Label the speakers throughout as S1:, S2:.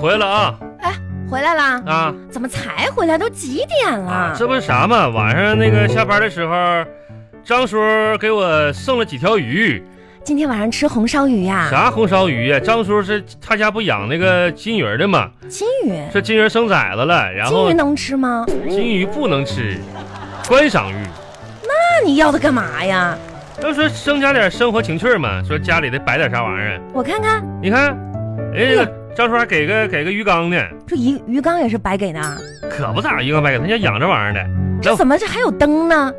S1: 回来啊
S2: 回来啦？
S1: 啊
S2: 怎么才回来？都几点了？
S1: 啊！这不是啥嘛？晚上那个下班的时候，张叔给我送了几条鱼，
S2: 今天晚上吃红烧鱼呀、
S1: 啥红烧鱼呀？张叔是他家不养那个金鱼儿的嘛？
S2: 金鱼，
S1: 这金鱼儿生崽子了，然
S2: 金
S1: 后
S2: 鱼能吃吗？
S1: 金鱼不能吃，观赏鱼。
S2: 那你要它干嘛呀？
S1: 要说增加点生活情趣儿嘛，说家里得摆点啥玩意儿。
S2: 我看看
S1: 你看，哎，这个张叔还给个给个鱼缸呢，
S2: 这鱼鱼缸也是白给的啊，
S1: 可不咋鱼缸白给，他家养这玩意儿的。
S2: 这怎么这还有灯呢？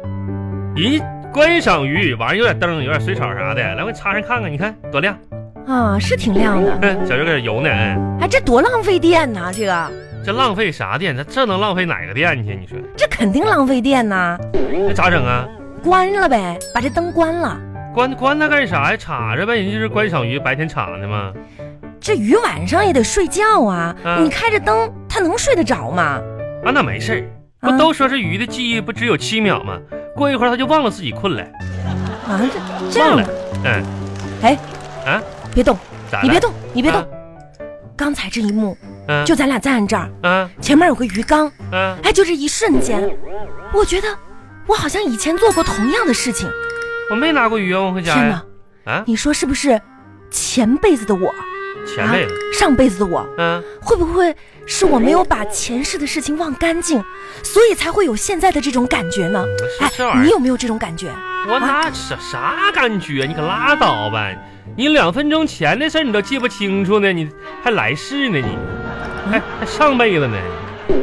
S1: 咦，观赏鱼玩意儿有点灯，有点水草啥的，来我插上看看，你看多亮。
S2: 啊，是挺亮的。
S1: 嗯，小鱼搁这游呢，嗯，
S2: 哎，这多浪费电呐、这个
S1: 这浪费啥电？这这能浪费哪个电去？你说
S2: 这肯定浪费电呐、
S1: 这咋整啊？
S2: 关了呗，把这灯关了。
S1: 关关它干啥呀？插着呗，人家就是观赏鱼，白天插的嘛。
S2: 这鱼晚上也得睡觉啊，
S1: 嗯
S2: 你开着灯，它能睡得着吗？
S1: 啊，那没事儿。不
S2: 啊
S1: 都说这鱼的记忆不只有七秒吗？过一会儿它就忘了自己困了，
S2: 啊，这这
S1: 忘
S2: 样
S1: 了
S2: 吧，。哎
S1: 嗯，啊
S2: 别动，
S1: 咋
S2: 你别
S1: 了？
S2: 动，你别动
S1: 啊。
S2: 刚才这一幕，
S1: 嗯，
S2: 就咱俩站这儿，
S1: 嗯
S2: 前面有个鱼缸，
S1: 嗯，
S2: 哎，就这一瞬间，我觉得我好像以前做过同样的事情。
S1: 我没拿过鱼啊，我回
S2: 天
S1: 家呀
S2: 哪，。
S1: 啊，
S2: 你说是不是？前辈子的我，
S1: 前辈子，
S2: 上辈子的我，
S1: 嗯，
S2: 会不会是我没有把前世的事情忘干净，所以才会有现在的这种感觉呢？
S1: 嗯是这玩意
S2: 哎，你
S1: 儿，
S2: 有没有这种感觉？
S1: 我哪啥啥感觉？啊你可拉倒吧！你两分钟前的事儿你都记不清楚呢，你还来世呢你，还还上辈子呢？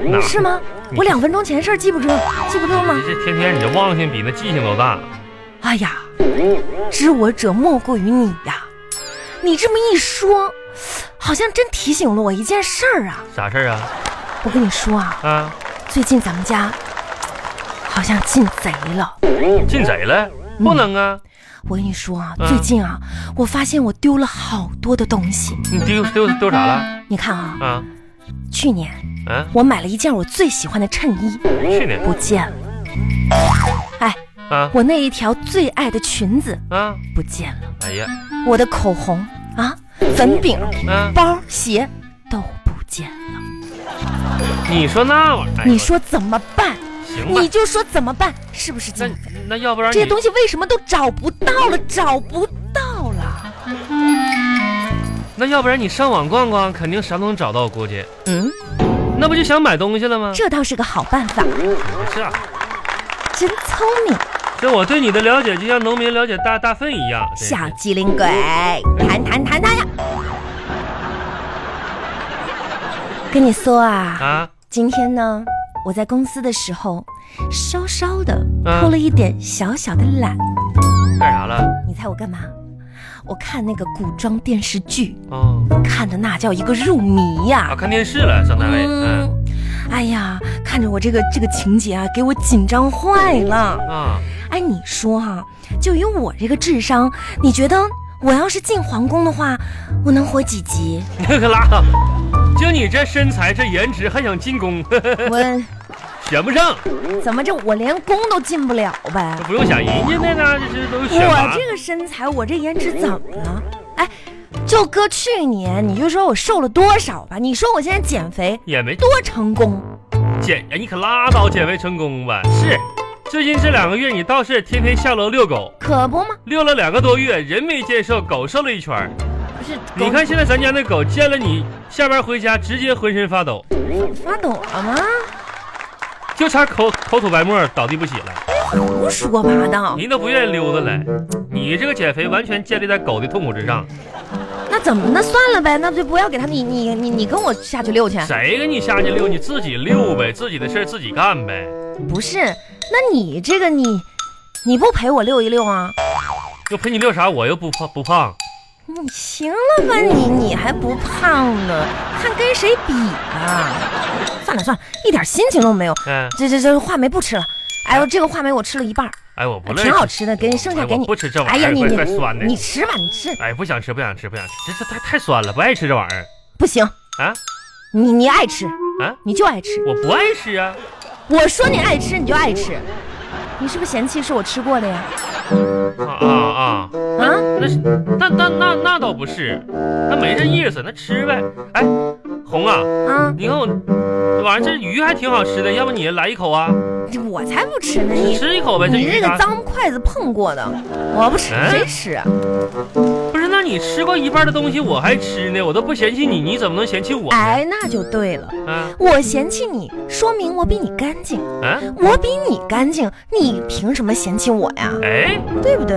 S1: 哪
S2: 嗯是？吗？
S1: 你
S2: 我两分钟前事儿记不住，记不住
S1: 你
S2: 吗？
S1: 这天天你这忘性比那记性都大。
S2: 哎呀，知我者莫过于你呀！你这么一说，好像真提醒了我一件事儿啊！
S1: 啥事儿啊？
S2: 我跟你说啊，
S1: 啊，
S2: 最近咱们家好像进贼了。
S1: 进贼了？
S2: 嗯
S1: 不能啊！
S2: 我跟你说啊，
S1: 嗯
S2: 最近啊，我发现我丢了好多的东西。
S1: 你丢丢丢啥了？
S2: 你看啊，
S1: 啊，
S2: 去年
S1: 嗯、
S2: 我买了一件我最喜欢的衬衣，
S1: 去年
S2: 不见了。哎，
S1: 啊
S2: 我那一条最爱的裙子
S1: 啊，
S2: 不见了，
S1: 哎呀，
S2: 我的口红啊、粉饼、
S1: 啊，
S2: 包、鞋都不见了。
S1: 你说那玩意儿，哎呦
S2: 你说怎么办？
S1: 行吧
S2: 你？就说怎么办？是不是
S1: 那
S2: 金飞？
S1: 那要不然
S2: 这些
S1: 你
S2: 东西为什么都找不到了？找不到了。
S1: 那要不然你上网逛逛，肯定啥都能找到，我估计。
S2: 嗯，
S1: 那不就想买东西了吗？
S2: 这倒是个好办法，
S1: 是啊，
S2: 真聪明。
S1: 这我对你的了解就像农民了解大大粪一样。真是
S2: 小机灵鬼，弹弹弹弹呀！跟你说啊，
S1: 啊，
S2: 今天呢，我在公司的时候，稍稍的
S1: 啊嗯
S2: 偷了一点小小的懒。
S1: 干啥了？
S2: 你猜我干嘛？我看那个古装电视剧，
S1: 哦，
S2: 看的那叫一个入迷
S1: 啊，
S2: 呀、
S1: 看电视了，上单位。嗯
S2: 嗯，哎呀，看着我这个这个情节啊，给我紧张坏了。
S1: 啊，
S2: 哎，你说哈、就以我这个智商，你觉得我要是进皇宫的话，我能活几级？
S1: 你可拉倒。就你这身材，这颜值，还想进宫，呵呵
S2: 我
S1: 选不上，
S2: 怎么这我连宫都进不了呗
S1: 这？不用想，人家那那这都是选
S2: 我
S1: 拔。
S2: 这个身材，我这颜值怎么了？哎，就搁去年，你就说我瘦了多少吧？你说我现在减肥
S1: 也没
S2: 多成功？
S1: 减，哎，你可拉倒，减肥成功吧？是，最近这两个月你倒是天天下楼遛狗，
S2: 可不吗？
S1: 遛了两个多月，人没见瘦，狗瘦了一圈儿。
S2: 不是，
S1: 你看现在咱家那狗见了你，下班回家直接浑身发抖，
S2: 发抖了吗？
S1: 就差口口吐白沫倒地不起了，
S2: 胡说八道！
S1: 人都不愿意溜达了。你这个减肥完全建立在狗的痛苦之上，
S2: 那怎么？那算了呗，那就不要给他们。你你你你跟我下去溜去。
S1: 谁跟你下去溜？你自己溜呗，自己的事儿自己干呗。
S2: 不是，那你这个你，你不陪我溜一溜啊？
S1: 又陪你溜啥？我又不胖不胖，
S2: 你行了吧你，你还不胖呢？看跟谁比啊？算了算了，一点心情都没有。
S1: 嗯，
S2: 这这这话梅不吃了，哎呦，这个话梅我吃了一半儿，
S1: 哎，我不乐意
S2: 挺好吃的，给你剩下
S1: 哎
S2: 给
S1: 我
S2: 你。
S1: 不吃这玩
S2: 哎
S1: 意
S2: 呀，
S1: 儿，
S2: 你
S1: 怪
S2: 你
S1: 怪酸的。
S2: 你吃吧，你吃
S1: 哎，不想吃，不想吃，不想吃，这这太太酸了，不爱吃这玩意儿
S2: 不行，
S1: 啊
S2: 你你爱吃
S1: 啊！
S2: 你就爱吃，
S1: 我不爱吃啊，
S2: 我说你爱吃你就爱吃，你是不是嫌弃是我吃过的呀？
S1: 啊啊啊！
S2: 啊，
S1: 那是那那那那倒不是，那没这意思，那吃呗。哎，红啊，
S2: 啊，
S1: 你看我晚上这鱼还挺好吃的，要不你来一口啊？
S2: 我才不吃呢！你
S1: 吃一口呗，这
S2: 你
S1: 鱼啊
S2: 那
S1: 啥
S2: 个？脏筷子碰过的，我不吃，
S1: 嗯
S2: 谁吃啊？
S1: 不是，那你吃过一半的东西我还吃呢，我都不嫌弃你，你怎么能嫌弃我？
S2: 哎，那就对了。
S1: 啊
S2: 我嫌弃你，说明我比你干净，
S1: 啊！
S2: 我比你干净，你凭什么嫌弃我呀？
S1: 哎，
S2: 对不对？